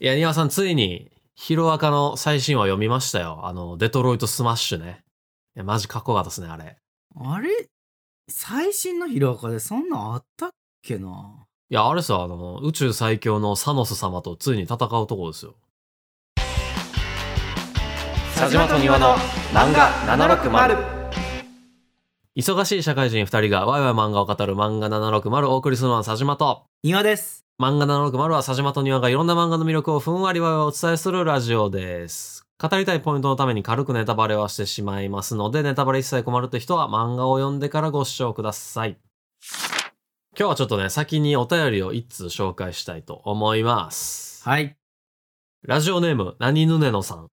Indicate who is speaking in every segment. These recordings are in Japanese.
Speaker 1: いや、庭さん、ついに、ヒロアカの最新話読みましたよ。あの、デトロイトスマッシュね。いや、マジかっこよかったですね、あれ。
Speaker 2: あれ最新のヒロアカでそんなんあったっけない
Speaker 1: や、あれさ、あの、宇宙最強のサノス様とついに戦うところですよ。
Speaker 3: 佐島と庭の漫画760
Speaker 1: 忙しい社会人2人がワイワイ漫画を語る漫画760をお送りするのは佐島と。
Speaker 2: 庭です。
Speaker 1: 漫画760は佐島と庭がいろんな漫画の魅力をふんわりわいわいお伝えするラジオです。語りたいポイントのために軽くネタバレはしてしまいますので、ネタバレ一切困るって人は漫画を読んでからご視聴ください。今日はちょっとね、先にお便りを一通紹介したいと思います。
Speaker 2: はい。
Speaker 1: ラジオネーム、なにぬねのさん。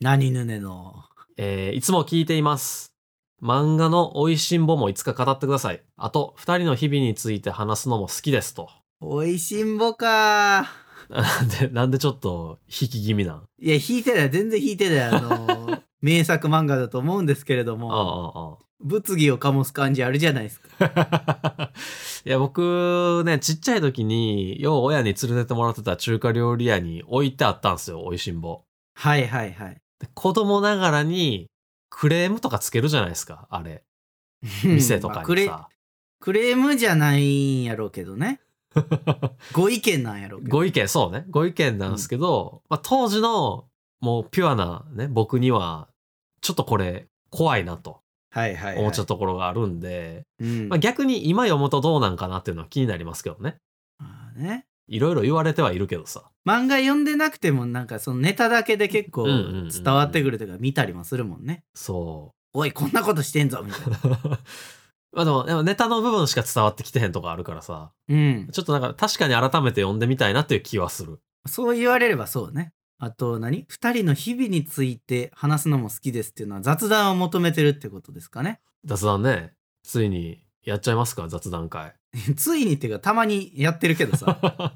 Speaker 2: 何ぬねの。
Speaker 1: えーいつも聞いています。漫画の美味しんぼもいつか語ってください。あと、二人の日々について話すのも好きですと。
Speaker 2: おいしんぼか
Speaker 1: なんで、なんでちょっと引き気味なん
Speaker 2: いや、引いてない。全然引いてない。あの、 名作漫画だと思うんですけれど
Speaker 1: あ
Speaker 2: も、
Speaker 1: あ
Speaker 2: 物議を醸す感じあるじゃないですか。
Speaker 1: ああ。いや、僕ね、ちっちゃい時に、よう親に連れてってもらってた中華料理屋に置いてあったんですよ、美味しんぼ。
Speaker 2: はいはいはい。
Speaker 1: で子供ながらに、クレームとかつけるじゃないですか、あれ。 店と
Speaker 2: ま
Speaker 1: か
Speaker 2: あク
Speaker 1: に
Speaker 2: レ
Speaker 1: さ。
Speaker 2: クレームじゃないんやろうけどね。ご意見なんやろうけ ど。
Speaker 1: ご意見、そうね。ご意見なんですけど、まあ、当時の、もうピュアなね、僕には、ちょっとこれ、怖いなと
Speaker 2: はいはい、はい。
Speaker 1: 思っちゃったところがあるんで、
Speaker 2: うん。
Speaker 1: まあ、逆に今読むとどうなんかなっていうのは気になりますけどね。
Speaker 2: まあね。
Speaker 1: いろいろ言われてはいるけどさ。
Speaker 2: 漫画読んでなくてもなんかそのネタだけで結構
Speaker 1: うんうんうんうん
Speaker 2: 伝わってくるというか見たりもするもんね。
Speaker 1: そ
Speaker 2: おいこんなことしてんぞみたいう な。。
Speaker 1: まあでも、でもネタの部分しか伝わってきてへんとかあるからさ、
Speaker 2: うん。
Speaker 1: ちょっとなんか確かに改めて読んでみたいなっていう気はする。
Speaker 2: そう言われればそうね。あと何二人の日々について話すのも好きですっていうのは雑談を求めてるってことですかね。
Speaker 1: 雑談ね、ついにやっちゃいますか、雑談会。。
Speaker 2: ついにっていうかたまにやってるけどさ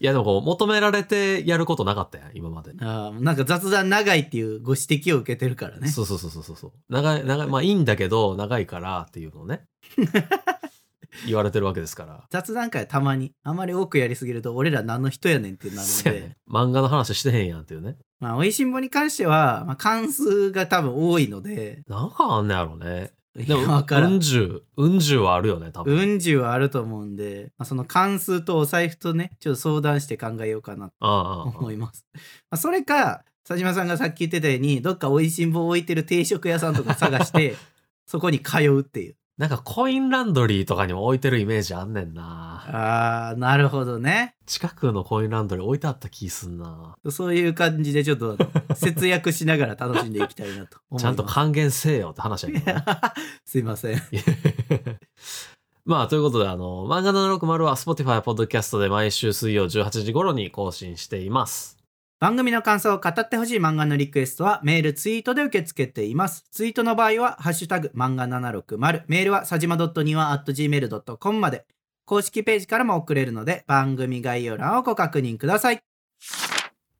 Speaker 1: いやでもこう求められてやることなかったやん今まで、
Speaker 2: あーなんか雑談長いっていうご指摘を受けてるからね。
Speaker 1: そうそうそうそうそう長い長いまあいいんだけど長いからっていうのを ね言われてるわけですから
Speaker 2: 雑談会はたまに。あんまり多くやりすぎると俺ら何の人やねんってなるの
Speaker 1: せや
Speaker 2: で。
Speaker 1: ね漫画の話してへんやんっていうね
Speaker 2: まあ、おいしんぼに関しては、まあ、関数が多分多いので、
Speaker 1: なんかあんねやろねで
Speaker 2: で
Speaker 1: も
Speaker 2: も分から
Speaker 1: うん
Speaker 2: ん。
Speaker 1: じゅううんじゅうはあるよね多分、
Speaker 2: うんじゅうはあると思うんで、まあ、その関数とお財布とね、ちょっと相談して考えようかなと
Speaker 1: ああああ
Speaker 2: 思います。まあ、それか、佐島さんがさっき言ってたように、どっかおいしんぼを置いてる定食屋さんとか 探して、そこに通うっていう。
Speaker 1: なんかコインランドリーとかにも置いてるイメージあんねんな
Speaker 2: あー、なるほどね。
Speaker 1: 近くのコインランドリー置いてあった気すんな
Speaker 2: そういう感じでちょっとあの節約しながら楽しんでいきたいなと思います。
Speaker 1: ちゃんと還元せえよって話やけどね
Speaker 2: すいません。
Speaker 1: まあ、ということで、あの、漫画760は Spotify、Podcast で毎週水曜18時頃に更新しています。
Speaker 2: 番組の感想を語ってほしい漫画のリクエストはメールツイートで受け付けています。ツイートの場合は、ハッシュタグ漫画760、メールはさじま .niwa.gmail.com まで、公式ページからも送れるので、番組概要欄をご確認ください。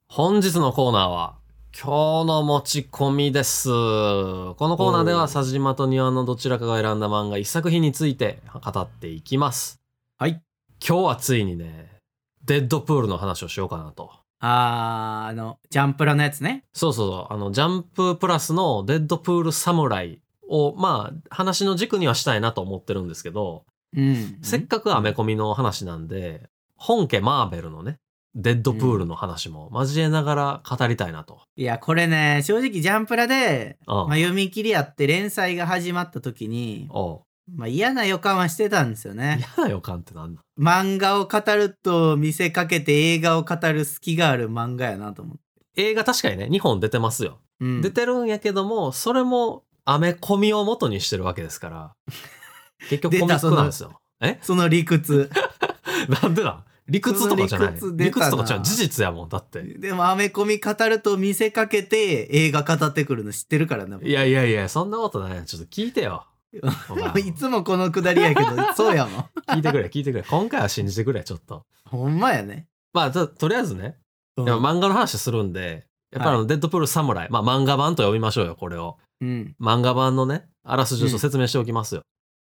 Speaker 1: 本日のコーナーは、今日の持ち込みです。このコーナーで
Speaker 2: お
Speaker 1: は、
Speaker 2: ー
Speaker 1: 佐島と庭のどちらかが選んだ漫画一作品について語っていきます。
Speaker 2: はい。
Speaker 1: 今日はついにね、デッドプールの話をしようかなと。
Speaker 2: あー、あの、ジャンプラのやつね。
Speaker 1: そうそうそう、あの、ジャンププラスのデッドプール侍を、まあ、話の軸にはしたいなと思ってるんですけど、
Speaker 2: うん。
Speaker 1: せっかくアメコミの話なんで、本家マーベルのね、デッドプールの話も交えながら語りたいなと。
Speaker 2: いや、これね、正直ジャンプラで、
Speaker 1: うん。
Speaker 2: まあ、読み切りやって連載が始まった時に、
Speaker 1: おう
Speaker 2: まあ、嫌な予感はしてたんですよね。
Speaker 1: 嫌な予感ってなんだ
Speaker 2: 漫画を語ると見せかけて映画を語る隙がある漫画やなと思って。
Speaker 1: 映画確かにね、2本出てますよ。
Speaker 2: うん
Speaker 1: 出てるんやけども、それもアメコミを元にしてるわけです から、結局
Speaker 2: 出た
Speaker 1: コミックなんですよ。え
Speaker 2: その理屈。
Speaker 1: なんでなん理屈とかじゃない。
Speaker 2: その
Speaker 1: 理屈
Speaker 2: 理屈出たな
Speaker 1: とかじゃない事実やもん、だって。
Speaker 2: でもアメコミ語ると見せかけて映画語ってくるの知ってるからね。
Speaker 1: い やいやいや、そんなことないよ。ちょっと聞いてよ。お前
Speaker 2: いつもこのくだりやけど、 そうやもん。
Speaker 1: 聞いてくれ、聞いてくれ。今回は信じてくれ、ちょっと。
Speaker 2: ほんまやね。
Speaker 1: まあ、ととりあえずね、
Speaker 2: うん
Speaker 1: でも漫画の話するんで、やっぱりあの、デッドプール侍、まあ漫画版と呼びましょうよ、これを。
Speaker 2: うん。
Speaker 1: 漫画版のね、あらすじをちょっと説明しておきますよ。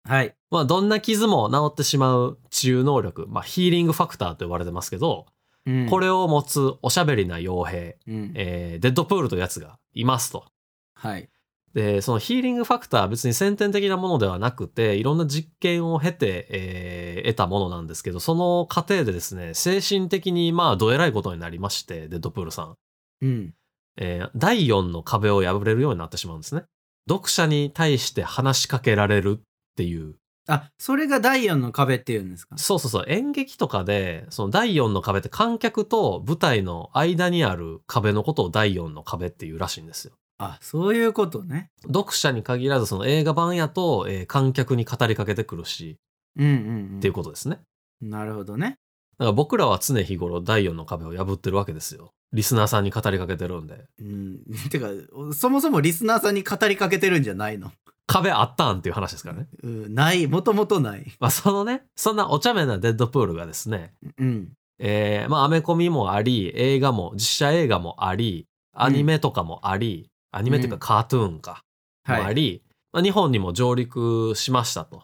Speaker 2: はい。
Speaker 1: まあ、どんな傷も治ってしまう治癒能力、まあ、ヒーリングファクターと呼ばれてますけど、
Speaker 2: うん
Speaker 1: これを持つおしゃべりな傭兵、
Speaker 2: うん
Speaker 1: えーデッドプールというやつがいますと。
Speaker 2: はい
Speaker 1: で、そのヒーリングファクターは別に先天的なものではなくて、いろんな実験を経て、えー得たものなんですけど、その過程でですね、精神的にまあ、どえらいことになりまして、デッドプールさん。
Speaker 2: うん
Speaker 1: えー第4の壁を破れるようになってしまうんですね。読者に対して話しかけられるっていう。
Speaker 2: あそれが第4の壁っていうんですか
Speaker 1: そうそうそう、演劇とかで、その第4の壁って観客と舞台の間にある壁のことを第4の壁っていうらしいんですよ。
Speaker 2: あそういうことね
Speaker 1: 読者に限らず、その映画版やと、えー観客に語りかけてくるし、
Speaker 2: うんうん、うん、
Speaker 1: っていうことですね。
Speaker 2: なるほどね
Speaker 1: だから僕らは常日頃第4の壁を破ってるわけですよ。リスナーさんに語りかけてるんで。
Speaker 2: うん、 てかそもそもリスナーさんに語りかけてるんじゃないの、
Speaker 1: 壁あったんっていう話ですからね。
Speaker 2: うん、ないもともとない
Speaker 1: まあそのね、そんなお茶目なデッドプールがですね、
Speaker 2: うん
Speaker 1: えーまあアメコミもあり、映画も、実写映画もあり、アニメとかもあり、アニメっていうかカートゥーンか、もあ
Speaker 2: はい
Speaker 1: り、まあ、日本にも上陸しましたと。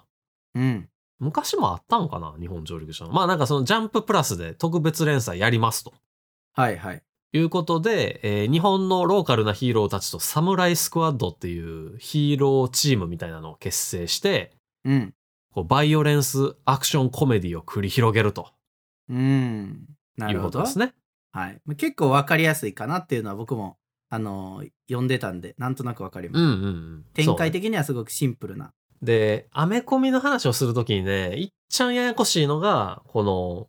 Speaker 2: うん
Speaker 1: 昔もあったんかな日本上陸したの。まあなんかそのジャンププラスで特別連載やりますと。
Speaker 2: はいはい
Speaker 1: いうことで、えー日本のローカルなヒーローたちとサムライスクワッドっていうヒーローチームみたいなのを結成して、
Speaker 2: うん
Speaker 1: こうバイオレンスアクションコメディを繰り広げると
Speaker 2: うんないる
Speaker 1: う
Speaker 2: ほ
Speaker 1: こと
Speaker 2: ど
Speaker 1: ですね。
Speaker 2: はい、まあ結構わかりやすいかなっていうのは僕もあの読んでたんでなんとなくわかります、
Speaker 1: うんうんうん。
Speaker 2: 展開
Speaker 1: で。
Speaker 2: 的にはすごくシンプルな
Speaker 1: で、アメコミの話をするときにね、いっちゃんややこしいのが、この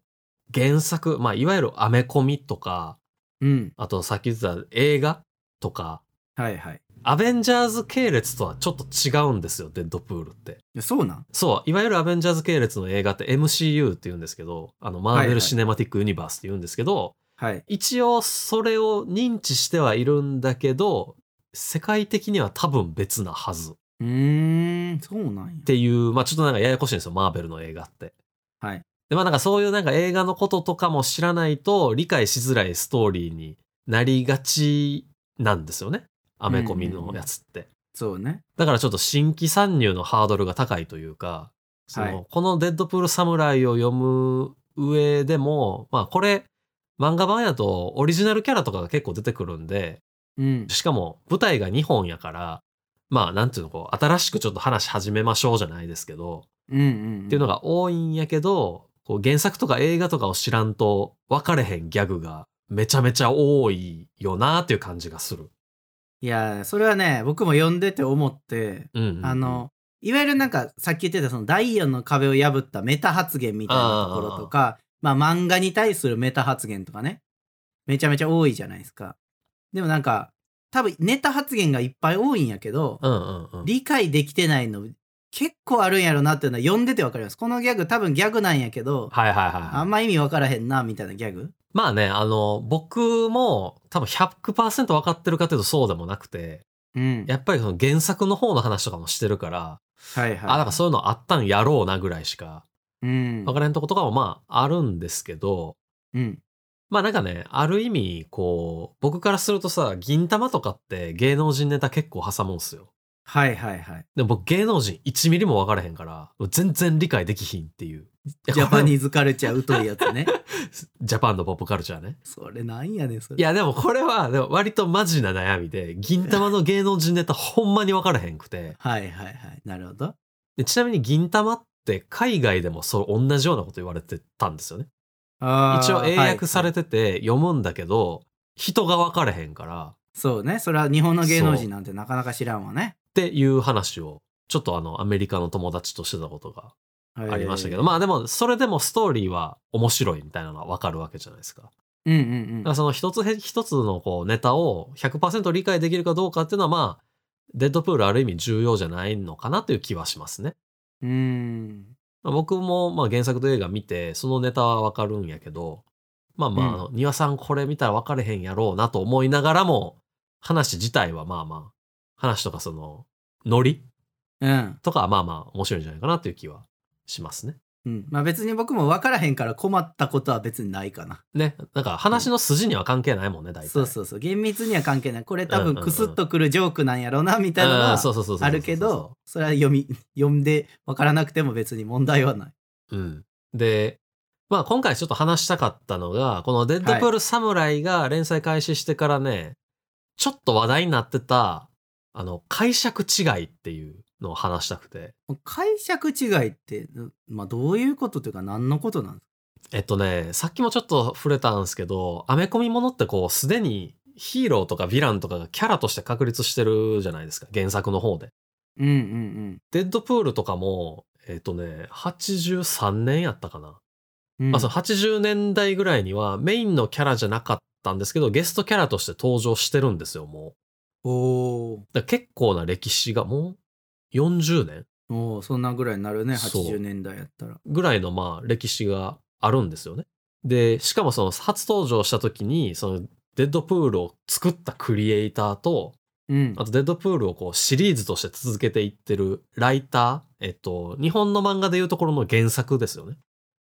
Speaker 1: 原作、まあいわゆるアメコミとか、
Speaker 2: うん
Speaker 1: あとさっき言ってた映画とか、
Speaker 2: はいはい
Speaker 1: アベンジャーズ系列とはちょっと違うんですよ、デッドプールって。
Speaker 2: いやそうなん
Speaker 1: そう、いわゆるアベンジャーズ系列の映画って MCU って言うんですけど、あの、マ
Speaker 2: は
Speaker 1: ー
Speaker 2: い
Speaker 1: ベ
Speaker 2: はい
Speaker 1: ル・シネマティック・ユニバースって言うんですけど、
Speaker 2: はい
Speaker 1: 一応それを認知してはいるんだけど、世界的には多分別なはずっ
Speaker 2: うーんそうなんや
Speaker 1: ていう、まあちょっとなんかややこしいんですよ、マーベルの映画って。
Speaker 2: はい。
Speaker 1: で、まあなんかそういうなんか映画のこととかも知らないと理解しづらいストーリーになりがちなんですよね。アメコミのやつって。
Speaker 2: そうね
Speaker 1: だからちょっと新規参入のハードルが高いというか、その
Speaker 2: はい
Speaker 1: このデッドプール侍を読む上でも、まあこれ、漫画版やとオリジナルキャラとかが結構出てくるんで、
Speaker 2: うん
Speaker 1: しかも舞台が2本やから、まあなんていうのこう、新しくちょっと話始めましょうじゃないですけど、
Speaker 2: うんうん
Speaker 1: っていうの
Speaker 2: が
Speaker 1: が多いんやけど、こう原作とか映画とかを知らんと分かれへんギャグがめちゃめちゃ多いよなっていう感じがする。
Speaker 2: いやそれはね僕も読んでて思って
Speaker 1: うんうんうん
Speaker 2: あのいわゆるなんかさっき言ってたその第4の壁を破ったメタ発言みたいなところとかまあ漫画に対するメタ発言とかねめちゃめちゃ多いじゃないですかでもなんか多分ネタ発言がいっぱい多いんやけど
Speaker 1: うんうんうん。
Speaker 2: 理解できてないの結構あるんやろなっていうのは読んでてわかりますこのギャグ多分ギャグなんやけど
Speaker 1: はいはいはいはい。
Speaker 2: あんま意味わからへんなみたいなギャグ
Speaker 1: まあね、あの、僕も多分100%分かってるかというとそうでもなくて、
Speaker 2: うん
Speaker 1: やっぱりその原作の方の話とかもしてるから、
Speaker 2: はいはい
Speaker 1: あ、なんかそういうのあったんやろうなぐらいしか、
Speaker 2: うん
Speaker 1: 分からへんとことかもまああるんですけど、
Speaker 2: うん
Speaker 1: まあなんかね、ある意味、こう、僕からするとさ、銀玉とかって芸能人ネタ結構挟むんすよ。
Speaker 2: はいはいはい
Speaker 1: でも僕芸能人1ミリも分からへんから、全然理解できひんっていう。
Speaker 2: ジャパニ
Speaker 1: ー
Speaker 2: ーズカルチャー疎いやつね
Speaker 1: ジャパンのポップカルチャーね。
Speaker 2: それなんやねんそれ
Speaker 1: いやでもこれはでも割とマジな悩みで銀玉の芸能人ネタほんまに分からへんくて
Speaker 2: はいはいはいなるほど
Speaker 1: でちなみに銀玉って海外でもそう同じようなこと言われてたんですよね
Speaker 2: あー
Speaker 1: 一応英訳さ
Speaker 2: はい
Speaker 1: れてて読むんだけど、人が分からへんから
Speaker 2: そうねそれは日本の芸能人なんてなかなか知らんわね
Speaker 1: っていう話をちょっとあのアメリカの友達としてたことがありましたけど、まあでもそれでもストーリーは面白いみたいなのは分かるわけじゃないですか
Speaker 2: うんうん
Speaker 1: だ
Speaker 2: う
Speaker 1: からその一つへ一つのこうネタを100%理解できるかどうかっていうのはまあデッドプールある意味重要じゃないのかなという気はしますね。
Speaker 2: んうん
Speaker 1: まあ僕もまあ原作と映画見てそのネタはわかるんやけどまあまあ
Speaker 2: うん
Speaker 1: あの庭さんこれ見たら分かれへんやろうなと思いながらも話自体はまあまあ話とかそのノリ
Speaker 2: うん、
Speaker 1: とかはまあまあ面白いんじゃないかなという気はしますね。
Speaker 2: うん、まあ別に僕も分からへんから困ったことは別にないかな
Speaker 1: ね。なんか話の筋には関係ないもんね大体。
Speaker 2: そうそうそう厳密には関係ないこれ多
Speaker 1: うんう
Speaker 2: 分
Speaker 1: んうん
Speaker 2: クスッとくるジョークなんやろうなみたいなの
Speaker 1: うん
Speaker 2: は
Speaker 1: そうそうそうそうそうそう。
Speaker 2: あるけどそれは読み読んで分からなくても別に問題はない
Speaker 1: うん。で、まあ今回ちょっと話したかったのが、このデッドプール侍が連載開始してからね、ちょっと話題になってた、あの、解釈違いっていうのを話したくて。
Speaker 2: 解釈違いって、まあ、どういうことというか何のことなんですか
Speaker 1: えっとね、さっきもちょっと触れたんですけど、アメコミものってこう、すでにヒーローとかヴィランとかがキャラとして確立してるじゃないですか、原作の方で。
Speaker 2: うんうん
Speaker 1: デッドプールとかも、えっとね、83年やったかな。
Speaker 2: うん。
Speaker 1: まあその80年代ぐらいにはメインのキャラじゃなかったんですけど、ゲストキャラとして登場してるんですよ、も
Speaker 2: うんお
Speaker 1: う。だから結構な歴史が、もう40年
Speaker 2: ーおー、そんなぐらいになるね、
Speaker 1: そう
Speaker 2: 80年代やったら。
Speaker 1: ぐらいのまあ歴史があるんですよね。で、しかもその初登場した時に、そのデッドプールを作ったクリエイターと、
Speaker 2: うん
Speaker 1: あ。とデッドプールをこうシリーズとして続けていってるライター、えっと、日本の漫画でいうところの原作ですよね。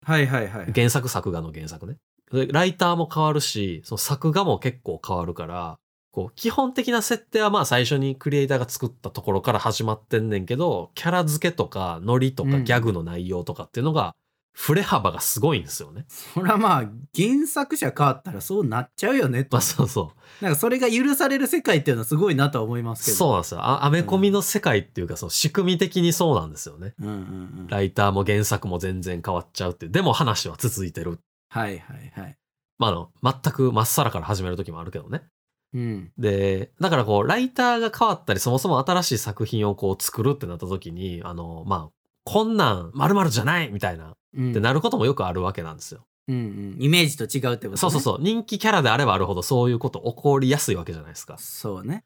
Speaker 2: はいはいはい。
Speaker 1: 原作作画の原作ね。でライターも変わるし、その作画も結構変わるから、こう基本的な設定はまあ最初にクリエイターが作ったところから始まってんねんけど、キャラ付けとかノリと
Speaker 2: う
Speaker 1: か
Speaker 2: ん
Speaker 1: ギャグの内容とかっていうのが、振れ幅がすごいんですよね。
Speaker 2: そらまあ、原作者変わったらそうなっちゃうよねと
Speaker 1: まあそうそ
Speaker 2: なんかそれが許される世界っていうのはすごいなとは思いま
Speaker 1: う。
Speaker 2: すけど。
Speaker 1: そうなんですよ。あアメコミの世界っていうか、その仕組み的にそうなんですよね。
Speaker 2: うんうんうん。は
Speaker 1: ライターも原作も全然変わっちゃうっていう。でも話は続いてる。
Speaker 2: いはいはい。
Speaker 1: まああの、全くまっさらから始める時もあるけどね。
Speaker 2: うん。
Speaker 1: で、だからこう、ライターが変わったり、そもそも新しい作品をこう作るってなった時に、あの、まあ、こんなん〇〇じゃないみたいな、
Speaker 2: うん、
Speaker 1: ってなることもよくあるわけなんですよ。
Speaker 2: うんうん。イメージと違うってことね。
Speaker 1: そうそう
Speaker 2: う。
Speaker 1: そう。人気キャラであればあるほどそういうこと起こりやすいわけじゃないですか。
Speaker 2: そうね。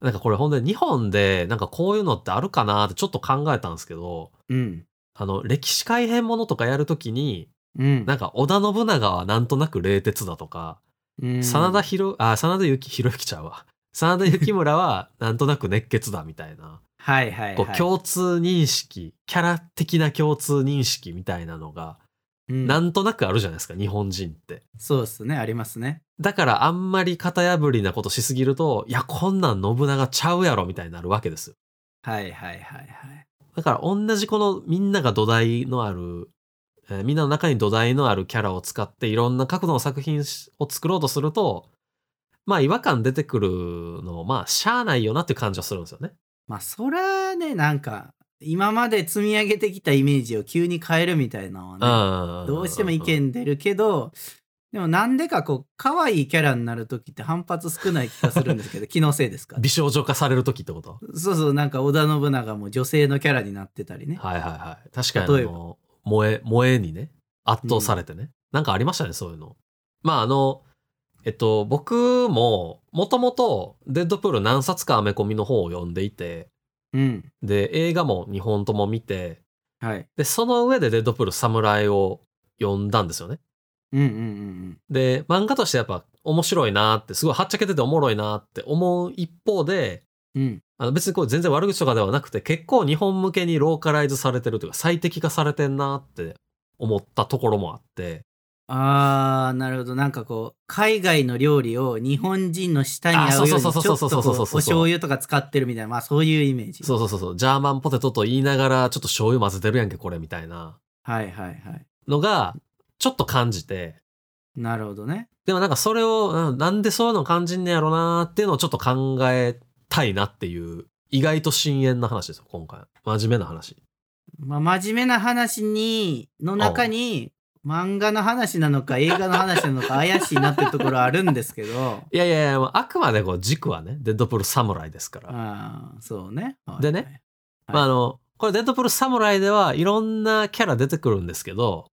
Speaker 1: なんかこれほんで日本でなんかこういうのってあるかなってちょっと考えたんですけど、
Speaker 2: うん。
Speaker 1: あの、歴史改変ものとかやるときに、
Speaker 2: うん。
Speaker 1: なんか織田信長はなんとなく冷徹だとか、
Speaker 2: うん
Speaker 1: 真田広、あ、真田幸、広之ちゃうわ。真田幸村はなんとなく熱血だみたいな。
Speaker 2: はいはいはい。
Speaker 1: こう共通認識キャラ的な共通認識みたいなのが
Speaker 2: うん
Speaker 1: なんとなくあるじゃないですか日本人って
Speaker 2: そうですね、ありますね。
Speaker 1: だからあんまり型破りなことしすぎるといやこんなん信長ちゃうやろみたいになるわけですよ
Speaker 2: はいはいはいはい。
Speaker 1: だから同じこのみんなが土台のあるえーみんなの中に土台のあるキャラを使っていろんな角度の作品を作ろうとするとまあ違和感出てくるのまあしゃあないよなっていう感じはするんですよね
Speaker 2: まあ、そらね、なんか、今まで積み上げてきたイメージを急に変えるみたいなのは
Speaker 1: う
Speaker 2: ね、
Speaker 1: ん
Speaker 2: どうしても意見出るけど、でもなんでかこう、可愛いキャラになるときって反発少ない気がするんです けど、気のせいですか
Speaker 1: 美少女化される時ってこと
Speaker 2: そうそう、なんか織田信長も女性のキャラになってたりね。
Speaker 1: はいはいはい。確かにあ
Speaker 2: 例えば
Speaker 1: の、萌え、萌えにね、圧倒されてね。なんかありましたね、そういうの。まああの、えっと、僕も、もともと、デッドプール何冊かアメコミの方を読んでいて、
Speaker 2: うん。
Speaker 1: で、映画も2本とも見て、
Speaker 2: はい。
Speaker 1: で、その上でデッドプール侍を読んだんですよね。
Speaker 2: うんうんうん
Speaker 1: で、漫画としてやっぱ面白いなーって、すごいはっちゃけてておもろいなーって思う一方で、
Speaker 2: うん。うん。
Speaker 1: あの別にこれ全然悪口とかではなくて結構日本向けにローカライズされてるというか最適化されてんなって思ったところもあって
Speaker 2: あー、なるほど。なんかこう、海外の料理を日本人の舌に合うように、ちょ
Speaker 1: あ
Speaker 2: っ
Speaker 1: そうそ
Speaker 2: と
Speaker 1: う
Speaker 2: こ
Speaker 1: そう
Speaker 2: う
Speaker 1: そうそうそうそう
Speaker 2: お醤油とか使ってるみたいな、まあそういうイメージ。
Speaker 1: そうそうそうそうジャーマンポテトと言いながらちょっと醤油混ぜてるやんけこれみたいな
Speaker 2: はいはいはい。
Speaker 1: のがちょっと感じて
Speaker 2: なるほどね。
Speaker 1: でもなんかそれをうんなんでそういうの感じんねやろなっていうのをちょっと考えたいなっていう意外と深淵な話ですよ今回真面目な話
Speaker 2: まあ、真面目な話に、の中に、漫画の話なのか映画の話な
Speaker 1: 、
Speaker 2: のか怪しいなってところあるんですけど
Speaker 1: いやいやいやあくまでこう軸はねデッドプール侍ですから
Speaker 2: あーそうね。はい
Speaker 1: でね。
Speaker 2: はい
Speaker 1: まあ、あの、これ、デッドプールサムライではいろんなキャラ出てくるんですけど、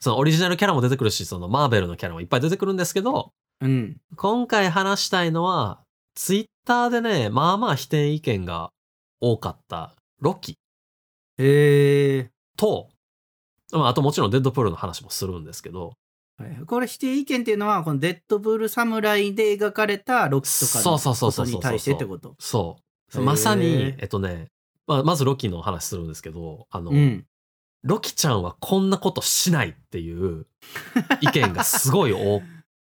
Speaker 1: そのオリジナルキャラも出てくるし、そのマーベルのキャラもいっぱい出てくるんですけど、
Speaker 2: うん。
Speaker 1: 今回話したいのは、ツイッターでね、まあまあ否定意見が多かった、ロキ
Speaker 2: へえ
Speaker 1: と、まあ、あともちろんデッドプールの話もするんですけど、
Speaker 2: ー。これ否定意見っていうのは、このデッドブール侍で描かれたロキとか
Speaker 1: そうそう
Speaker 2: の
Speaker 1: そう
Speaker 2: こ
Speaker 1: そ
Speaker 2: と
Speaker 1: うそう
Speaker 2: に対してってこと。
Speaker 1: そう。
Speaker 2: へー
Speaker 1: まさに、えっとね、まあ、まずロキの話するんですけど、あの、
Speaker 2: うん。
Speaker 1: ロキちゃんはこんなことしないっていう意見がすごい多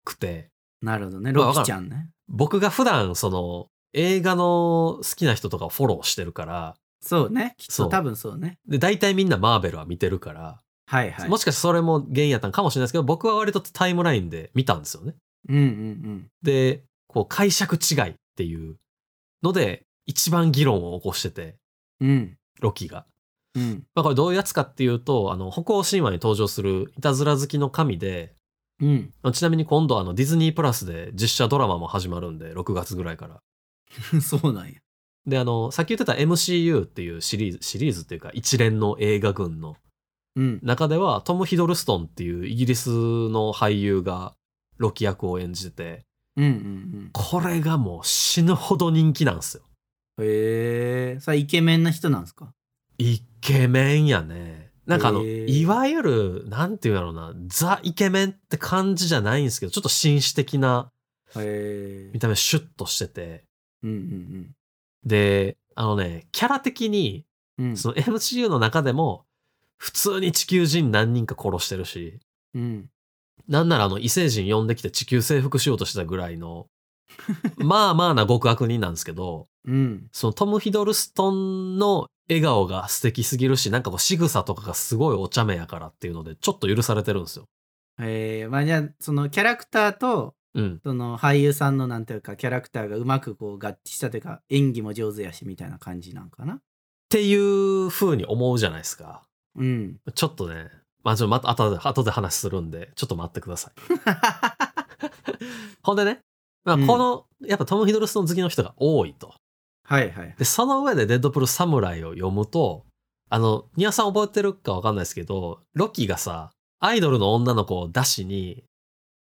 Speaker 1: くて、
Speaker 2: なるほどね。
Speaker 1: まあ
Speaker 2: ロキちゃんね。
Speaker 1: 僕が普段その映画の好きな人とかをフォローしてるから、
Speaker 2: そうね。きっ
Speaker 1: そう
Speaker 2: と多分そうね。
Speaker 1: で、大体みんなマーベルは見てるから、
Speaker 2: はいはい。
Speaker 1: もしかしてそれも原因やったんかもしれないですけど、僕は割とタイムラインで見たんですよね。
Speaker 2: うんうんうん。
Speaker 1: で、こう解釈違いっていうので、一番議論を起こしてて、
Speaker 2: うん。
Speaker 1: ロキが。
Speaker 2: うん。
Speaker 1: まあこれどういうやつかっていうと、あの、北欧神話に登場するいたずら好きの神で、
Speaker 2: うん。
Speaker 1: ちなみに今度あのディズニープラスで実写ドラマも始まるんで、6月ぐらいから。
Speaker 2: そうなんや。
Speaker 1: で、あの、さっき言ってた MCU っていうシリーズ、シリーズっていうか一連の映画群の
Speaker 2: うん。
Speaker 1: 中ではトム・ヒドルストンっていうイギリスの俳優がロキ役を演じてて、
Speaker 2: うんうん
Speaker 1: これがもう死ぬほど人気なんですよ。
Speaker 2: うん。へえ。さあ、イケメンな人なんですか
Speaker 1: イケメンやね。なんかあの、
Speaker 2: へー
Speaker 1: いわゆる、なんていうんだろうな、ザ・イケメンって感じじゃないんですけど、ちょっと紳士的な
Speaker 2: へえ
Speaker 1: 見。た目シュッとしてて。
Speaker 2: うんうん
Speaker 1: で、あのね、キャラ的に、
Speaker 2: うん。うん。
Speaker 1: その MCU の中でも、普通に地球人何人か殺してるし、
Speaker 2: うん。
Speaker 1: なんならあの異星人呼んできて地球征服しようとしてたぐらい の、まあまあな極悪人なんですけど、
Speaker 2: うん。
Speaker 1: そのトム・ヒドルストンの笑顔が素敵すぎるし、なんかこう仕草とかがすごいお茶目やからっていうので、ちょっと許されてるんですよ。
Speaker 2: ええ。まあじゃあ、そのキャラクターと、
Speaker 1: うん。
Speaker 2: その俳優さんのなんていうか、キャラクターがうまくこう合致したというか、演技も上手やしみたいな感じなんかな。
Speaker 1: っていう風に思うじゃないですか。
Speaker 2: うん。
Speaker 1: ちょっとね、まあちょっとまた後で、後で話するんで、ちょっと待ってください。 ほんでね、まあ
Speaker 2: うん
Speaker 1: この、やっぱトム・ヒドルストン好きの人が多いと。
Speaker 2: はいはい。
Speaker 1: で、その上でデッドプール侍を読むと、あの、ニアさん覚えてるかわかんないですけど、ロキがさ、アイドルの女の子を出しに、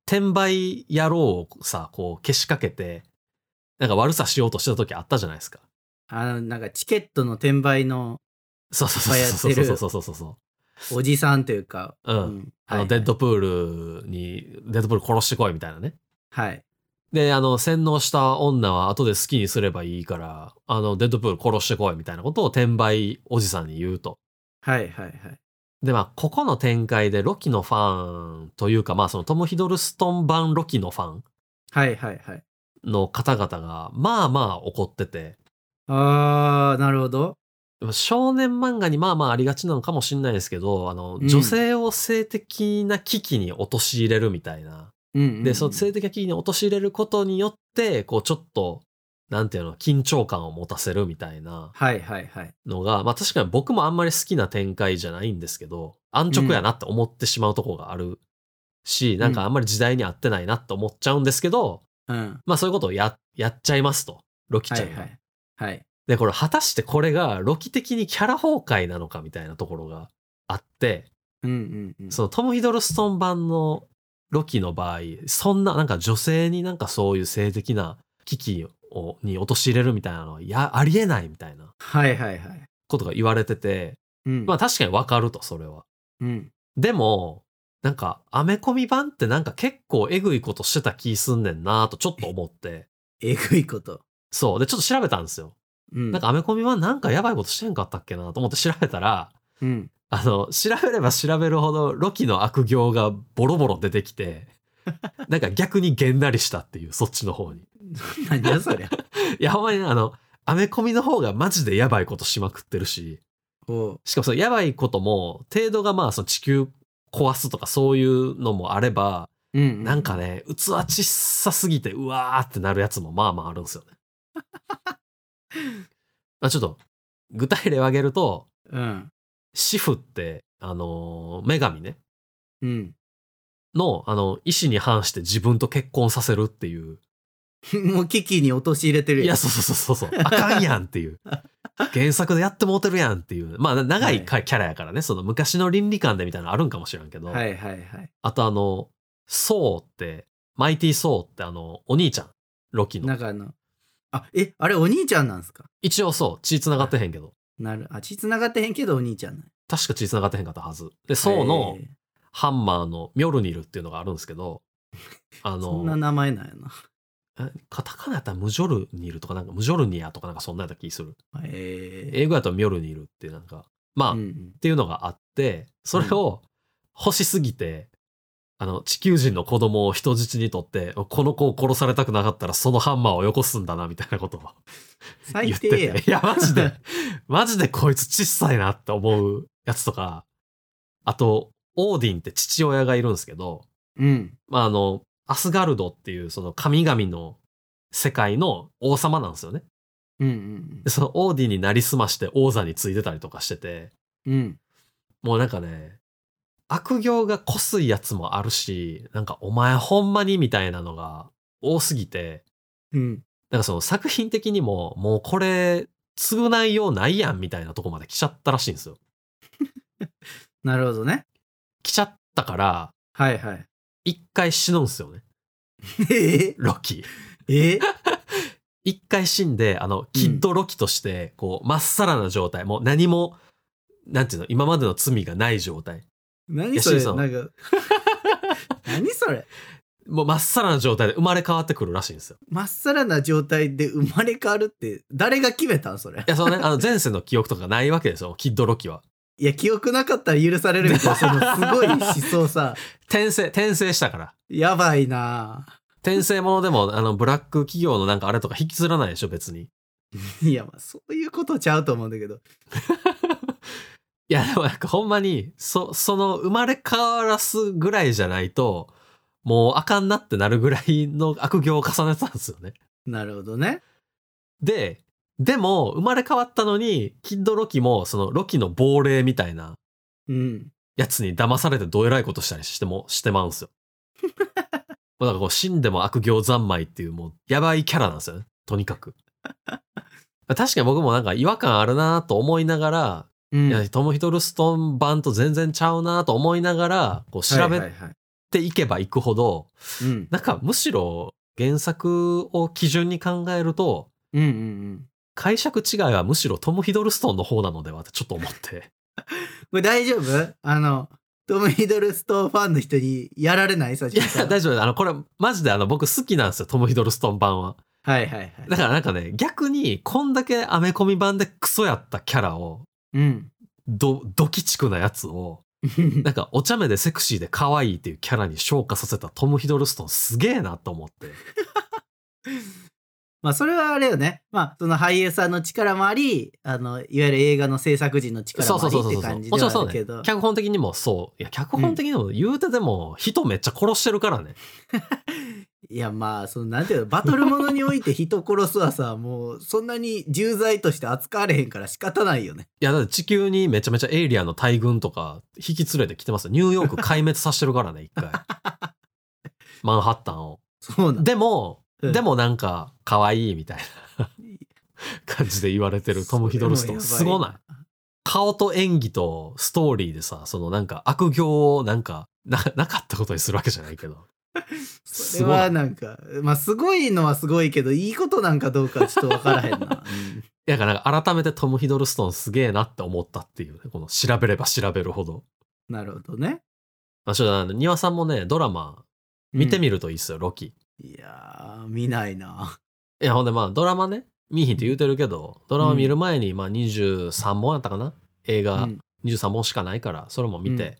Speaker 1: 転売野郎をさ、こう、けしかけて、なんか悪さしようとしてた時あったじゃないですか。
Speaker 2: あの、なんかチケットの転売の
Speaker 1: そうそうそう
Speaker 2: いっぱ
Speaker 1: そう
Speaker 2: い
Speaker 1: そ
Speaker 2: や
Speaker 1: う
Speaker 2: ってる
Speaker 1: そうそうそうそ
Speaker 2: おじさんというか、
Speaker 1: う。うん。
Speaker 2: ん
Speaker 1: あ
Speaker 2: はい
Speaker 1: の、デッドプールに、デッドプール殺してこいみたいなね。
Speaker 2: はい。
Speaker 1: で、あの、洗脳した女は後で好きにすればいいから、あの、デッドプール殺してこいみたいなことを転売おじさんに言うと。
Speaker 2: はいはいはい。
Speaker 1: で、まあ、ここの展開でロキのファンというか、まあ、そのトム・ヒドルストン版ロキのファン
Speaker 2: はいはいはい。
Speaker 1: の方々が、まあまあ怒ってて、
Speaker 2: あー、なるほど。
Speaker 1: 少年漫画にまあまあありがちなのかもしれないですけど、あの、
Speaker 2: うん
Speaker 1: 女性を性的な危機に陥れるみたいな。
Speaker 2: うんうんうん
Speaker 1: で、その性的な危機に陥れることによって、こう、ちょっと、なんていうの、緊張感を持たせるみたいな
Speaker 2: はいはいはい。
Speaker 1: のが、まあ確かに僕もあんまり好きな展開じゃないんですけど、安直やなって思ってしまうとこがあるし、なんかあんまり時代に合ってないなって思っちゃうんですけど、
Speaker 2: うん。
Speaker 1: まあそういうことをや、やっちゃいますと。ロキ
Speaker 2: は
Speaker 1: ちゃん
Speaker 2: い
Speaker 1: が。
Speaker 2: はい。はい。
Speaker 1: で、これ果たしてこれがロキ的にキャラ崩壊なのかみたいなところがあって、
Speaker 2: うんうんうん。
Speaker 1: そのトム・ヒドルストン版のロキの場合、そんななんか女性になんかそういう性的な危機を、に陥れるみたいなのは、いや、ありえないみたいな
Speaker 2: はいはいはい。
Speaker 1: ことが言われてて、
Speaker 2: うん。
Speaker 1: まあ確かにわかると、それは。
Speaker 2: うん。
Speaker 1: でも、なんか、アメコミ版ってなんか結構えぐいことしてた気すんねんなとちょっと思って。
Speaker 2: えぐいこと。
Speaker 1: そう。で、ちょっと調べたんですよ。
Speaker 2: うん。
Speaker 1: なんかアメコミ版なんかやばいことしてんかったっけなと思って調べたら、
Speaker 2: うん。
Speaker 1: あの、調べれば調べるほど、ロキの悪行がボロボロ出てき て、なんか逆にげんなりしたっていう、そっちの方に。
Speaker 2: 何やそりゃ。
Speaker 1: いや、ほんまにねあの、アメコミの方がマジでやばいことしまくってるし、
Speaker 2: おう。
Speaker 1: しかもそのやばいことも、程度がまあ、その地球壊すとかそういうのもあれば、
Speaker 2: うんうん。
Speaker 1: なんかね、器小さすぎて、うわーってなるやつもまあまああるんです よね。まあちょっと、具体例を挙げると、
Speaker 2: うん。
Speaker 1: シフって、あのー女神ね。
Speaker 2: うん。
Speaker 1: の、あの、意思に反して自分と結婚させるっていう。
Speaker 2: もう危機に陥れて
Speaker 1: い
Speaker 2: るや
Speaker 1: や、
Speaker 2: ん。
Speaker 1: そうそうそうそうそう。あかんやんって いう。原作でやってもうてるやんっていう。まあ、な長いかキャラやからね、その昔の倫理観でみたいなのあるんかもしらんけど。
Speaker 2: はいはいはい。
Speaker 1: あとあの、ソウって、マイティソウってあの、お兄ちゃん。ロキ
Speaker 2: な
Speaker 1: の
Speaker 2: ん。かあの、あ、え、あれお兄ちゃんなんですか
Speaker 1: 一応そう、血繋がってへんけど。
Speaker 2: なる。あ、血繋がってへんけどお兄ちゃんなんや。
Speaker 1: 確か血繋がってへんかったはず。で、ソウの
Speaker 2: へえ
Speaker 1: ハンマーのミョルニルっていうのがあるんですけ ど、あ
Speaker 2: そんな
Speaker 1: の、
Speaker 2: 名前なんやな。
Speaker 1: えカタカナやったらムジョルニルとかなんか、ムジョルニアとかなんかそんなやった気する。
Speaker 2: ええ。
Speaker 1: 英語やとミョルニルってなんか、まあ、
Speaker 2: うん
Speaker 1: っ
Speaker 2: うん
Speaker 1: ていうのがあって、それを欲しすぎて、あの、地球人の子供を人質にとって、この子を殺されたくなかったらそのハンマーをよこすんだな、みたいなことを
Speaker 2: 最
Speaker 1: 言っ
Speaker 2: 低
Speaker 1: てて。
Speaker 2: や。
Speaker 1: いや、マ ジで、マジでこいつ小さいなって思うやつとか、あと、オーディンって父親がいるんですけど、
Speaker 2: うん。
Speaker 1: まあ、あの、アスガルドっていうその神々の世界の王様なんですよね。
Speaker 2: うんうん
Speaker 1: でそのオーディンになりすまして王座についてたりとかしてて、
Speaker 2: うん。うん。
Speaker 1: もうなんかね、悪行がこすいやつもあるし、なんかお前ほんまにみたいなのが多すぎて、
Speaker 2: うん。
Speaker 1: なんかその作品的にももうこれ償いようないやんみたいなとこまで来ちゃったらしいんですよ。
Speaker 2: なるほどね。
Speaker 1: 来ちゃったから、
Speaker 2: はいはい。
Speaker 1: 一回死ぬんですよね、
Speaker 2: え
Speaker 1: ロキ。
Speaker 2: え
Speaker 1: 一回死んで、あの、キッドロキとして、こう、まっさらな状態、もう何も、なんていうの、今までの罪がない状態。
Speaker 2: 何それ
Speaker 1: いやシーソン
Speaker 2: なんか 何それ
Speaker 1: もうまっさらな状態で生まれ変わってくるらしいんですよ。
Speaker 2: まっさらな状態で生まれ変わるって誰が決めたんそれ
Speaker 1: いや、そのね、あの、前世の記憶とかないわけですよ、キッドロキは。
Speaker 2: いや記憶なかったら許されるみたい なそのすごい思想さ
Speaker 1: 転生、転生したから。
Speaker 2: やばいなあ
Speaker 1: 転生ものでも、あの、ブラック企業のなんかあれとか引きずらないでしょ、別に。
Speaker 2: いやまあそういうことちゃうと思うんだけど
Speaker 1: いや、でもなんかほんまに、そ、その、生まれ変わらすぐらいじゃないと、もうあかんなってなるぐらいの悪行を重ねてたんですよね。
Speaker 2: なるほどね
Speaker 1: で、でも、生まれ変わったのに、キッドロキも、その、ロキの亡霊みたいな
Speaker 2: うん
Speaker 1: やつに騙されてどえらいことしたりしても、してまうんですよ。もうなんかこう、死んでも悪行三昧っていう、もう、やばいキャラなんですよね。とにかく。確かに僕もなんか違和感あるなと思いながら、
Speaker 2: うん
Speaker 1: いや、トム・ヒトルストン版と全然ちゃうなと思いながら、こう、調
Speaker 2: はい
Speaker 1: べ
Speaker 2: はいはい
Speaker 1: ていけばいくほど、
Speaker 2: うん
Speaker 1: なんかむしろ、原作を基準に考えると、
Speaker 2: うんうんうん
Speaker 1: 解釈違いはむしろトム・ヒドルストンの方なのではってちょっと思って。
Speaker 2: これ大丈夫あのトム・ヒドルストンファンの人にやられ ないさ
Speaker 1: いや、 大丈夫です。あの、これ、マジであの、僕好きなんですよ、トム・ヒドルストン版は。
Speaker 2: はいはいはい
Speaker 1: だからなんかね、逆に、こんだけアメコミ版でクソやったキャラを、
Speaker 2: うん
Speaker 1: ど、ドキチクなやつを、なんかお茶目でセクシーで可愛いっていうキャラに昇華させたトム・ヒドルストンすげえなと思って。
Speaker 2: まあそれはあれよね。まあその俳優さんの力もあり、あのいわゆる映画の制作人の力
Speaker 1: そ
Speaker 2: も
Speaker 1: うそ
Speaker 2: あ
Speaker 1: うそう
Speaker 2: り
Speaker 1: そう
Speaker 2: って
Speaker 1: そう。
Speaker 2: 感じ
Speaker 1: もち
Speaker 2: で
Speaker 1: ろん
Speaker 2: はあ
Speaker 1: そう
Speaker 2: るけ
Speaker 1: ね
Speaker 2: ど。。
Speaker 1: 脚本的にもそう。いや、脚本的にも言うてでも、人めっちゃ殺してるからね。
Speaker 2: いやまあそのなんていうのバトルものにおいて人殺すはさもうそんなに重罪として扱われへんから仕方ないよね。
Speaker 1: いや、だって地球にめちゃめちゃエイリアンの大群とか引き連れてきてますよニューヨーク壊滅させてるからね、一 回。マンハッタンを。
Speaker 2: そうなんだ。
Speaker 1: でも、
Speaker 2: うん
Speaker 1: でもなんか、可愛いみたいな感じで言われてるトム・ヒドルストン。
Speaker 2: そ
Speaker 1: す
Speaker 2: れも
Speaker 1: ご
Speaker 2: やば
Speaker 1: ない。顔と演技とストーリーでさ、そのなんか悪行をなんか、な、なかったことにするわけじゃないけど。
Speaker 2: それはなんかまあすごいのはすごいけどいいことなんかどうかはちょっとわからへん な。うん
Speaker 1: だからなんか改めてトム・ヒドルストンすげえなって思ったっていうね、この調べれば調べるほど。
Speaker 2: なるほどね。
Speaker 1: まあ、ちょっとあの、庭さんもね、ドラマ見て
Speaker 2: る。
Speaker 1: みるといいっすよ、ロキ。
Speaker 2: いやー見ないな。
Speaker 1: いや、ほんでまあ、ドラマね、見いひんって言うてるけど、ドラマ見る前に、まあ、23本やったかな映
Speaker 2: う
Speaker 1: 画
Speaker 2: ん
Speaker 1: 23本しかないから、それも見て、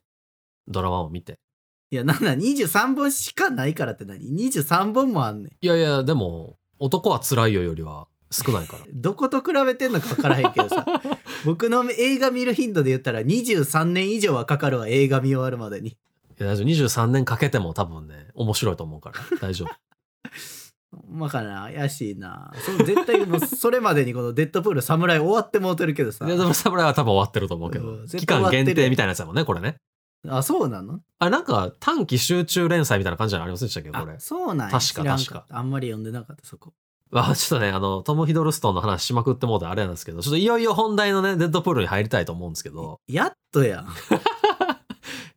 Speaker 1: ドラマも見て。
Speaker 2: いやなんだ23本しかないからって何 ?23 本もあんねん。。
Speaker 1: いやいや、でも、男は辛いよよりは少ないから
Speaker 2: どこと比べてんのか分からへんけど さ僕の映画見る頻度で言ったら23年以上はかかるわ映画見終わるまでに
Speaker 1: いや、大丈夫。23年かけても多分ね、面白いと思うから、大 丈夫。
Speaker 2: ほんまかな怪しいなそう絶対もうそれまでにこの「デッドプール侍」終わってもうてるけどさ
Speaker 1: で、でも侍は多分終わってると思うけ
Speaker 2: う
Speaker 1: ど、
Speaker 2: ん
Speaker 1: 期
Speaker 2: 絶対終
Speaker 1: 間
Speaker 2: わってる
Speaker 1: 限定みたいなやつやもんね、これね。
Speaker 2: あそうなの
Speaker 1: あれ、なんか短期集中連載みたいな感じじゃありませんでしたっけ、こ
Speaker 2: あ
Speaker 1: れ。
Speaker 2: そうなんや
Speaker 1: 確か
Speaker 2: 知らん
Speaker 1: 確か
Speaker 2: ったあんまり読んでなかったそこ
Speaker 1: まあ、ちょっとね、あの、トム・ヒドルストンの話しまくってもうてあれなんですけど、ちょっといよいよ本題のね、デッドプールに入りたいと思うんですけど、
Speaker 2: やっとやん
Speaker 1: い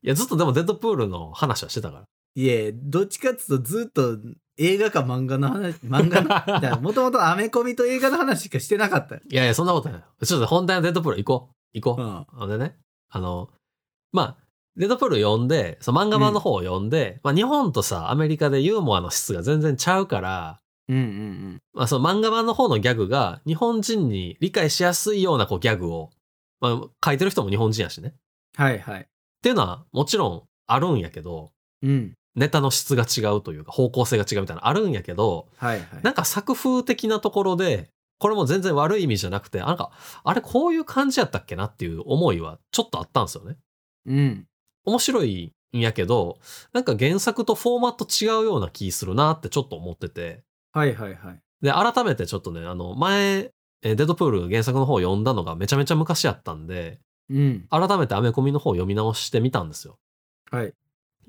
Speaker 1: や、ずっとでもデッドプールの話はしてたか
Speaker 2: いやどっちかっつうとずっと映画か漫画の 話漫画の
Speaker 1: ら。
Speaker 2: もともとアメコミと映画の話しかしてなかったよ、
Speaker 1: いやいや、そんなことない。ちょっと本題のデッドプール行こう。行
Speaker 2: う
Speaker 1: こ
Speaker 2: ん
Speaker 1: う。ほんでね、あの、まあ、デッドプール読んで、その漫画版の方を読んで、まあ、日本とさ、アメリカでユーモアの質が全然ちゃうから、
Speaker 2: うんうん
Speaker 1: まあ、その漫画版の方のギャグが日本人に理解しやすいようなこうギャグを、まあ、書いてる人も日本人やしね。っ
Speaker 2: はいはい
Speaker 1: ていうのはもちろんあるんやけど、
Speaker 2: うん
Speaker 1: ネタの質が違うというか方向性が違うみたいなのあるんやけど、
Speaker 2: はいはい
Speaker 1: なんか作風的なところで、これも全然悪い意味じゃなくて、なんか、あれこういう感じやったっけなっていう思いはちょっとあったんですよね。
Speaker 2: うん
Speaker 1: 面白いんやけど、なんか原作とフォーマット違うような気するなってちょっと思ってて。
Speaker 2: はいはいはい。
Speaker 1: で、改めてちょっとね、あの、前、えーデッドプール原作の方を読んだのがめちゃめちゃ昔やったんで、
Speaker 2: うん。
Speaker 1: 改めてアメコミの方を読み直してみたんですよ。
Speaker 2: はい。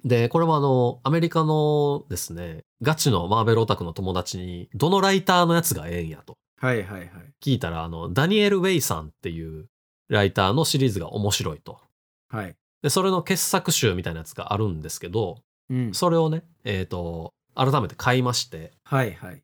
Speaker 1: で、これもあの、アメリカのですね、ガチのマーベルオタクの友達に、どのライターのやつがええんやと
Speaker 2: はいはいはい。
Speaker 1: 聞いたら、あの、ダニエル・ウェイさんっていうライターのシリーズが面白いと。
Speaker 2: はい。
Speaker 1: で、それの傑作集みたいなやつがあるんですけど、
Speaker 2: うん。
Speaker 1: それをね、えっ、と、改めて買いまして、
Speaker 2: はいはい。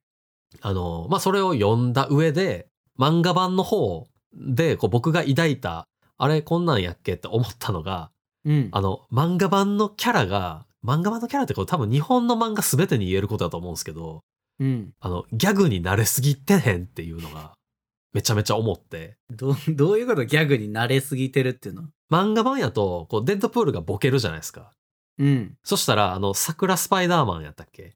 Speaker 1: あの、まあ、それを読んだ上で、漫画版の方で、こう僕が抱いた、あれこんなんやっけって思ったのが、
Speaker 2: うん。
Speaker 1: あの、漫画版のキャラが、漫画版のキャラってこれ多分日本の漫画全てに言えることだと思うんですけど、
Speaker 2: うん。
Speaker 1: あの、ギャグに慣れすぎてへんっていうのが、めちゃめちゃ思って。
Speaker 2: ど、どう いうことギャグに慣れすぎてるっていうの
Speaker 1: 漫画版やと、こう、デッドプールがボケるじゃないですか。
Speaker 2: うん。
Speaker 1: そしたら、あの、桜スパイダーマンやったっけ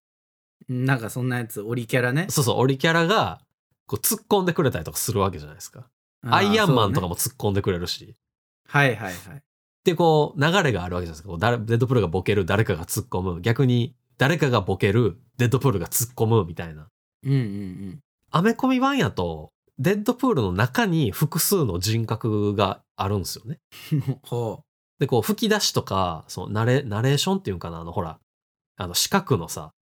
Speaker 2: なんかそんなやつ、オリキャラね。
Speaker 1: そうそう、オリキャラが、こう、突っ込んでくれたりとかするわけじゃないですか。
Speaker 2: あー
Speaker 1: アイアンマンとか
Speaker 2: そうね
Speaker 1: も突っ込んでくれるし。
Speaker 2: はいはいはい。
Speaker 1: で、こう、流れがあるわけじゃないですか。こう誰デッドプールがボケる、誰かが突っ込む。逆に、誰かがボケる、デッドプールが突っ込む、みたいな。
Speaker 2: うんうん
Speaker 1: アメコミ版やと、デッドプールの中に複数の人格があるんですよね。
Speaker 2: うん。ほ
Speaker 1: で、こう、吹き出しとか、そのナレ、ナレーションっていうんかな、あの、ほら、あの、四角のさ、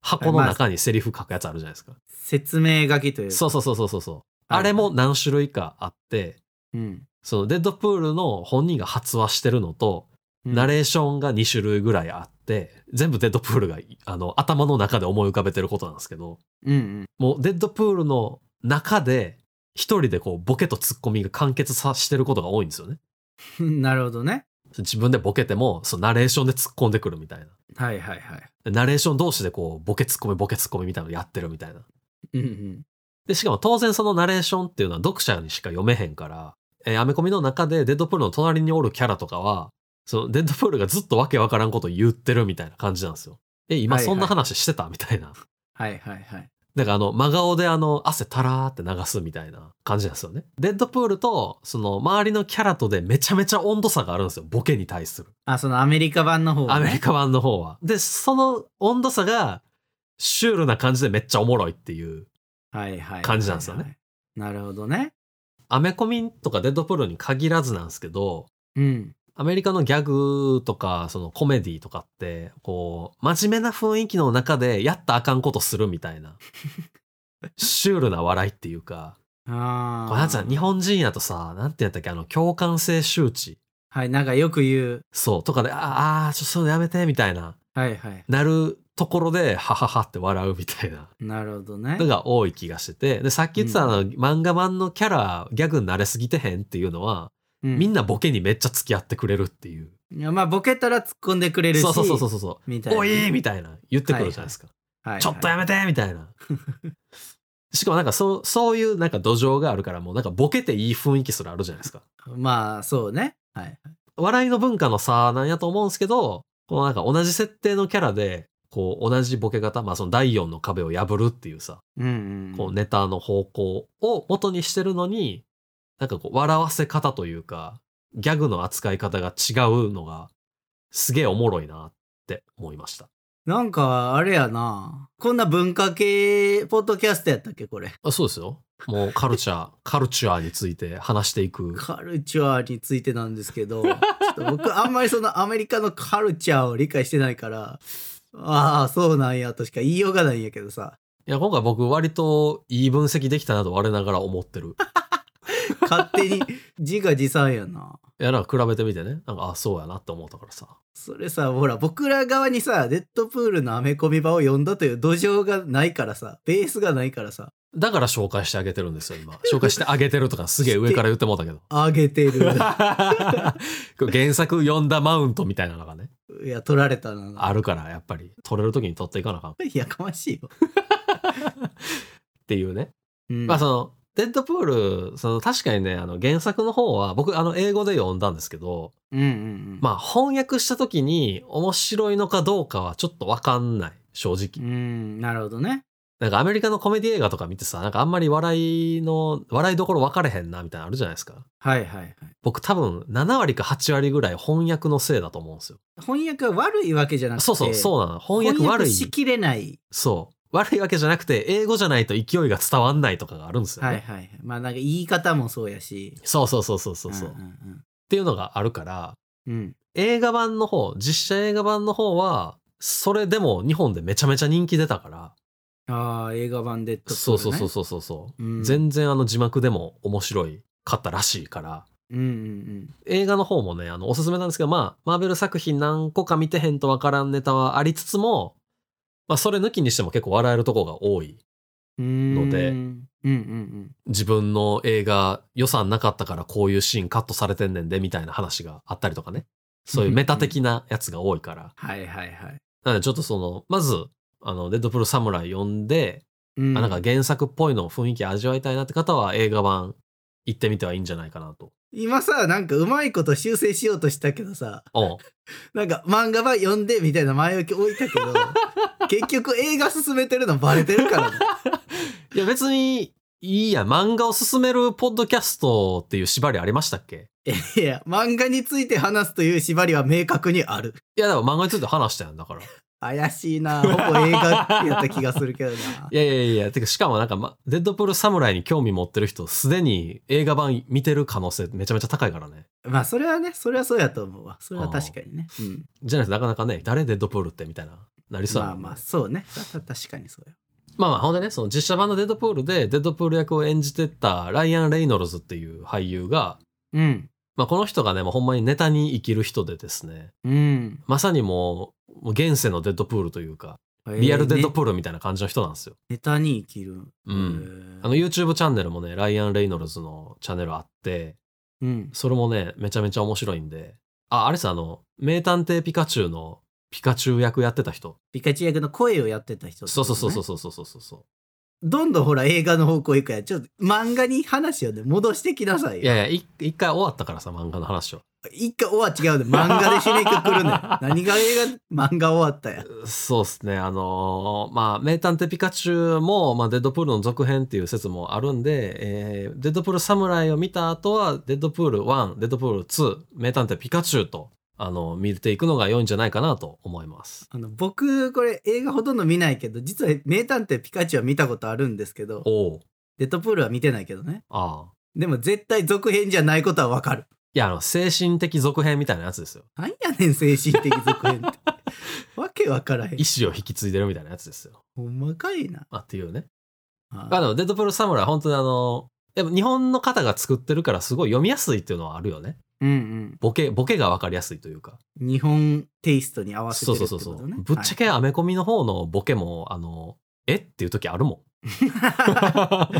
Speaker 1: 箱の中にセリフ書くやつあるじゃないですか。
Speaker 2: う。説明書きというか
Speaker 1: そうそうそうそうそう。
Speaker 2: はい
Speaker 1: あれも何種類かあって、
Speaker 2: うん。
Speaker 1: そのデッドプールの本人が発話してるのと、
Speaker 2: うん
Speaker 1: ナレーションが2種類ぐらいあって、全部デッドプールがあの頭の中で思い浮かべてることなんですけど、
Speaker 2: うんうん。
Speaker 1: もうデッドプールの中で、一人でこうボケとツッコミが完結さしてることが多いんですよね。
Speaker 2: なるほどね。
Speaker 1: 自分でボケても、そのナレーションで突っ込んでくるみたいな。
Speaker 2: はいはいはい。
Speaker 1: ナレーション同士でこう、ボケツッコミ、ボケツッコミみたいなのやってるみたいな。
Speaker 2: うんうん。
Speaker 1: で、しかも当然そのナレーションっていうのは読者にしか読めへんから、えーアメコミの中でデッドプールの隣におるキャラとかは、そのデッドプールがずっとわけわからんこと言ってるみたいな感じなんですよ。え、今
Speaker 2: はいはい
Speaker 1: そんな話してたみたいな。
Speaker 2: はいはいはい。
Speaker 1: だからあの、真顔であの、汗たらーって流すみたいな感じなんですよね。デッドプールと、その周りのキャラとでめちゃめちゃ温度差があるんですよ。ボケに対する。
Speaker 2: あ、そのアメリカ版の方、ね。
Speaker 1: アメリカ版の方は。で、その温度差が、シュールな感じでめっちゃおもろいっていう。
Speaker 2: はいはい
Speaker 1: 感じなんですよね。
Speaker 2: なるほどね。
Speaker 1: アメコミとかデッドプールに限らずなんですけど、
Speaker 2: うん。
Speaker 1: アメリカのギャグとか、そのコメディとかって、こう、真面目な雰囲気の中でやったらあかんことするみたいな、シュールな笑いっていうか、
Speaker 2: あ
Speaker 1: こ
Speaker 2: あ。
Speaker 1: れなんつうの日本人やとさ、なんてやったっけ、あの、共感性周知、
Speaker 2: はい、なんかよく言う。
Speaker 1: そう、とかで、ああー、ちょっとそういうのやめて、みたいな、
Speaker 2: はいはい。
Speaker 1: なるところで、はははって笑うみたいな
Speaker 2: なるほどね
Speaker 1: の。が多い気がしてて、で、さっき言ってたあの、漫画版のキャラ、ギャグに慣れすぎてへんっていうのは、みん
Speaker 2: な。
Speaker 1: なボケにめっちゃ付き合ってくれるっていう。
Speaker 2: いやまあ、ボケたら突っ込んでくれるし。
Speaker 1: そうそうそうそう
Speaker 2: う。
Speaker 1: そうそう。
Speaker 2: みたいな。
Speaker 1: おいみたいな言ってくるじゃないですか。
Speaker 2: はいはい
Speaker 1: ちょっとやめてみたい な。しかもなんかそう、そういうなんか土壌があるからもうなんかボケていい雰囲気すらあるじゃないですか。
Speaker 2: まあ、そうね。はい。
Speaker 1: 笑いの文化の差なんやと思うんですけど、このなんか同じ設定のキャラで、こう同じボケ方、まあその第4の壁を破るっていうさ、
Speaker 2: うん、うん。
Speaker 1: こう。ネタの方向を元にしてるのに、なんかこう笑わせ方というか、ギャグの扱い方が違うのがすげえおもろいなって思いました。
Speaker 2: なんか、あれやな。こんな文化系、ポッドキャストやったっけ、これ。
Speaker 1: あそうですよ。もうカルチャー、カルチャーについて話していく。
Speaker 2: カルチャーについてなんです けど、ちょっと僕、あんまりそのアメリカのカルチャーを理解してないから、ああ、そうなんやとしか言いようがないんやけどさ。
Speaker 1: いや、今回僕割といい分析できたなと我ながら思ってる。
Speaker 2: 勝手に自画自賛やな。
Speaker 1: いや、なんか比べてみてね。なんか、あ、そうやなって思ったからさ。
Speaker 2: それさ、ほら、僕ら側にさ、デッドプールのアメコミ場を呼んだという土壌がないからさ、ベースがないからさ、
Speaker 1: だから紹介してあげてるんですよ、今。紹介してあげてるとかすげえ上から言ってもうたけど。
Speaker 2: 上げて る。
Speaker 1: これ原作読んだマウントみたいなのがね、
Speaker 2: いや、取られたな。
Speaker 1: あるから、やっぱり、取れる時に取っていかなあかんっ
Speaker 2: やかましいよ。
Speaker 1: ていうね。
Speaker 2: うん
Speaker 1: まあ、その、デッドプール、その、確かにね、あの、原作の方は、僕、あの、英語で読んだんですけど、
Speaker 2: うんうんうん。
Speaker 1: まあ翻訳した時に面白いのかどうかはちょっとわかんない正
Speaker 2: う
Speaker 1: 直。
Speaker 2: ん、なるほどね。
Speaker 1: なんかアメリカのコメディ映画とか見てさ、なんかあんまり笑いの、笑いどころ分かれへんなみたいなのあるじゃないですか。
Speaker 2: はいはいはい。
Speaker 1: 僕多分7割か8割ぐらい翻訳のせいだと思うんですよ。
Speaker 2: 翻訳は悪いわけじゃなくて、
Speaker 1: そうそう、そうなの。翻訳悪い。
Speaker 2: しきれない。
Speaker 1: そう。悪いわけじゃなくて、英語じゃないと勢いが伝わんないとかがあるんですよ、ね。
Speaker 2: はいはいはい。まあなんか言い方もそうやし。
Speaker 1: そうそうそうそうそう。うっ
Speaker 2: んん
Speaker 1: ていうのがあるから、
Speaker 2: うんうん。
Speaker 1: 映画版の方、実写映画版の方は、それでも日本でめちゃめちゃ人気出たから、
Speaker 2: ああ、映画版で撮った
Speaker 1: そ
Speaker 2: の
Speaker 1: う
Speaker 2: ね
Speaker 1: そうそうそうそうそう、
Speaker 2: うん
Speaker 1: 全然あの字幕でも面白いかったらしいから、
Speaker 2: うんうん
Speaker 1: 映画の方もね、あの、おすすめなんですけど、まあ、マーベル作品何個か見てへんとわからんネタはありつつも、まあ、それ抜きにしても結構笑えるとこが多い。
Speaker 2: うん。
Speaker 1: ので
Speaker 2: うーんうんうん
Speaker 1: 自分の映画予算なかったからこういうシーンカットされてんねんでみたいな話があったりとかね。そういうメタ的なやつが多いから。
Speaker 2: はいはいはい。
Speaker 1: なのでちょっとその、まず、あの、デッドプールサムライ読んで、
Speaker 2: う
Speaker 1: あなんか原作っぽいのを雰囲気味わいたいなって方は映画版行ってみてはいいんじゃないかなと。
Speaker 2: 今さなんかうまいこと修正しようとしたけどさ
Speaker 1: おう
Speaker 2: なんか漫画版読んでみたいな前置き置いた けど結局映画進めてるのバレてるからね
Speaker 1: いや別にいいや、漫画を進めるポッドキャストっていう縛りありましたっけ
Speaker 2: いや漫画について話すという縛りは明確にある
Speaker 1: いやでも漫画について話したやん だから。い
Speaker 2: 怪しいなほぼ映画ってやった気がするけど な
Speaker 1: やいやいや、てかしかもなんか、ま、デッドプールサムライに興味持ってる人すでに映画版見てる可能性めちゃめちゃ高いからね。
Speaker 2: まあそれはねそれはそうやと思うわそれは確かにね、うん、
Speaker 1: じゃないとなかなかね、誰デッドプールってみたいな、なりそうや
Speaker 2: まあ
Speaker 1: もんね
Speaker 2: まあそうねたた確かにそうや
Speaker 1: まあまあ、ほんでね、その実写版のデッドプールでデッドプール役を演じてたライアン・レイノルズっていう俳優が、
Speaker 2: うん
Speaker 1: まあ、この人がね、もうほんまにネタに生きる人でですね、
Speaker 2: うん
Speaker 1: まさにもう、もう現世のデッドプールというか、リアルデッド
Speaker 2: プ
Speaker 1: プールみたいな感じの人なんですよ。
Speaker 2: ネタに生きる
Speaker 1: うん
Speaker 2: へー
Speaker 1: あの YouTube チャンネルもね、ライアン・レイノルズのチャンネルあって、
Speaker 2: うん
Speaker 1: それもね、めちゃめちゃ面白いんで、あ、あれさ、あの、名探偵ピカチュウのピカチュウ役やってた人。
Speaker 2: ピカチュウ役の声をやってた人ってこと
Speaker 1: そう
Speaker 2: ね、
Speaker 1: そうそうそうそうそうそうそう。
Speaker 2: どんどんほら映画の方向行くやんちょっと漫画に話をね戻してきなさい
Speaker 1: い
Speaker 2: よ
Speaker 1: やいや、い一回終わったからさ、漫画の話を。
Speaker 2: 一回終わ違うね漫画で締めくくるね 何が映画漫画終わったや
Speaker 1: そうっすね。あのーまあ、名探偵ピカチュウも、まあ、デッドプールの続編っていう説もあるんで、えーデッドプールサムライを見た後は、デッドプール1、デッドプール2、名探偵ピカチュウと、あの、見ていくのが良いんじゃないかなと思います。
Speaker 2: あの僕これ映画ほとんど見ないけど実は名探偵ピカチュウは見たことあるんですけど
Speaker 1: おお
Speaker 2: デッドプールは見てないけどね
Speaker 1: ああ。
Speaker 2: でも絶対続編じゃないことはわかる
Speaker 1: いや、あの、精神的続編みたいなやつですよ。
Speaker 2: なんやねん精神的続編って わけわからへん
Speaker 1: 意志を引き継いでるみたいなやつですよ。
Speaker 2: ほんまかいな
Speaker 1: あっていうね。
Speaker 2: あ
Speaker 1: あの、デッドプールサムライ、本当にあの、やっぱ日本の方が作ってるからすごい読みやすいっていうのはあるよね。
Speaker 2: うん
Speaker 1: ボケ、ボケがわかりやすいというか。
Speaker 2: うん日本テイストに合わせてるってことね
Speaker 1: そうそうそうそうぶっちゃ
Speaker 2: け
Speaker 1: けアメコミの方のボケもあのえっていう時あるも ん
Speaker 2: 分か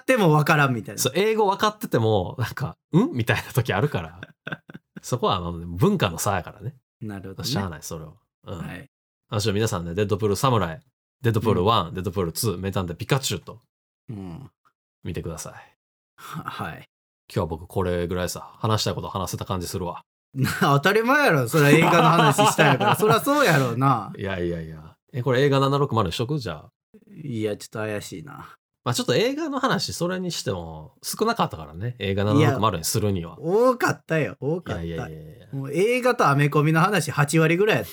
Speaker 2: っても分からんみたいな
Speaker 1: そう英語分かっててもなんか「ん?」みたいな時あるからそこはあの文化の差やからね
Speaker 2: なるほど、ね。
Speaker 1: しゃあないそれは、うん
Speaker 2: はい。
Speaker 1: 私は皆さんね「デッドプール侍」「デッドプール1」デッドプール2」「メタンでピカチュウ」と
Speaker 2: うん。
Speaker 1: 見てください
Speaker 2: は はい。
Speaker 1: 今日は僕これぐらいさ話したいこと話せた感じするわ
Speaker 2: な当たり前やろ。そりゃ映画の話したんやから。そりゃそうやろうな。
Speaker 1: いやいやいやえこれ映画760にしとくじゃあ
Speaker 2: いや、ちょっと怪しいな。
Speaker 1: まあちょっと映画の話それにしても少なかったからね映画760にするには
Speaker 2: 多かったよ。多
Speaker 1: い
Speaker 2: かっ
Speaker 1: や
Speaker 2: た。
Speaker 1: いやいや いや。
Speaker 2: もう映画とアメコミの話8割ぐらいやっ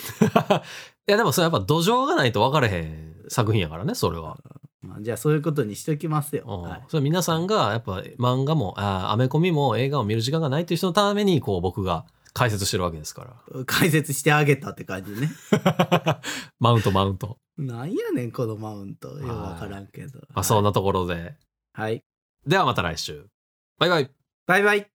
Speaker 1: いやでもそれやっぱ土壌がないと分かれへん作品やからね、それは。
Speaker 2: た。まあじゃあそういうことにしときますよ。
Speaker 1: うん
Speaker 2: はい、
Speaker 1: それ皆さんがやっぱ漫画も、あーアメコミも映画を見る時間がないという人のために、こう僕が解説してるわけですか
Speaker 2: 解説してあげたって感じね。
Speaker 1: ら。 マウントマウント。
Speaker 2: なんやねん、このマウント。よくわからんけど。
Speaker 1: まあそんなところで。
Speaker 2: はい。
Speaker 1: ではまた来週。バイバイ。
Speaker 2: バイバイ。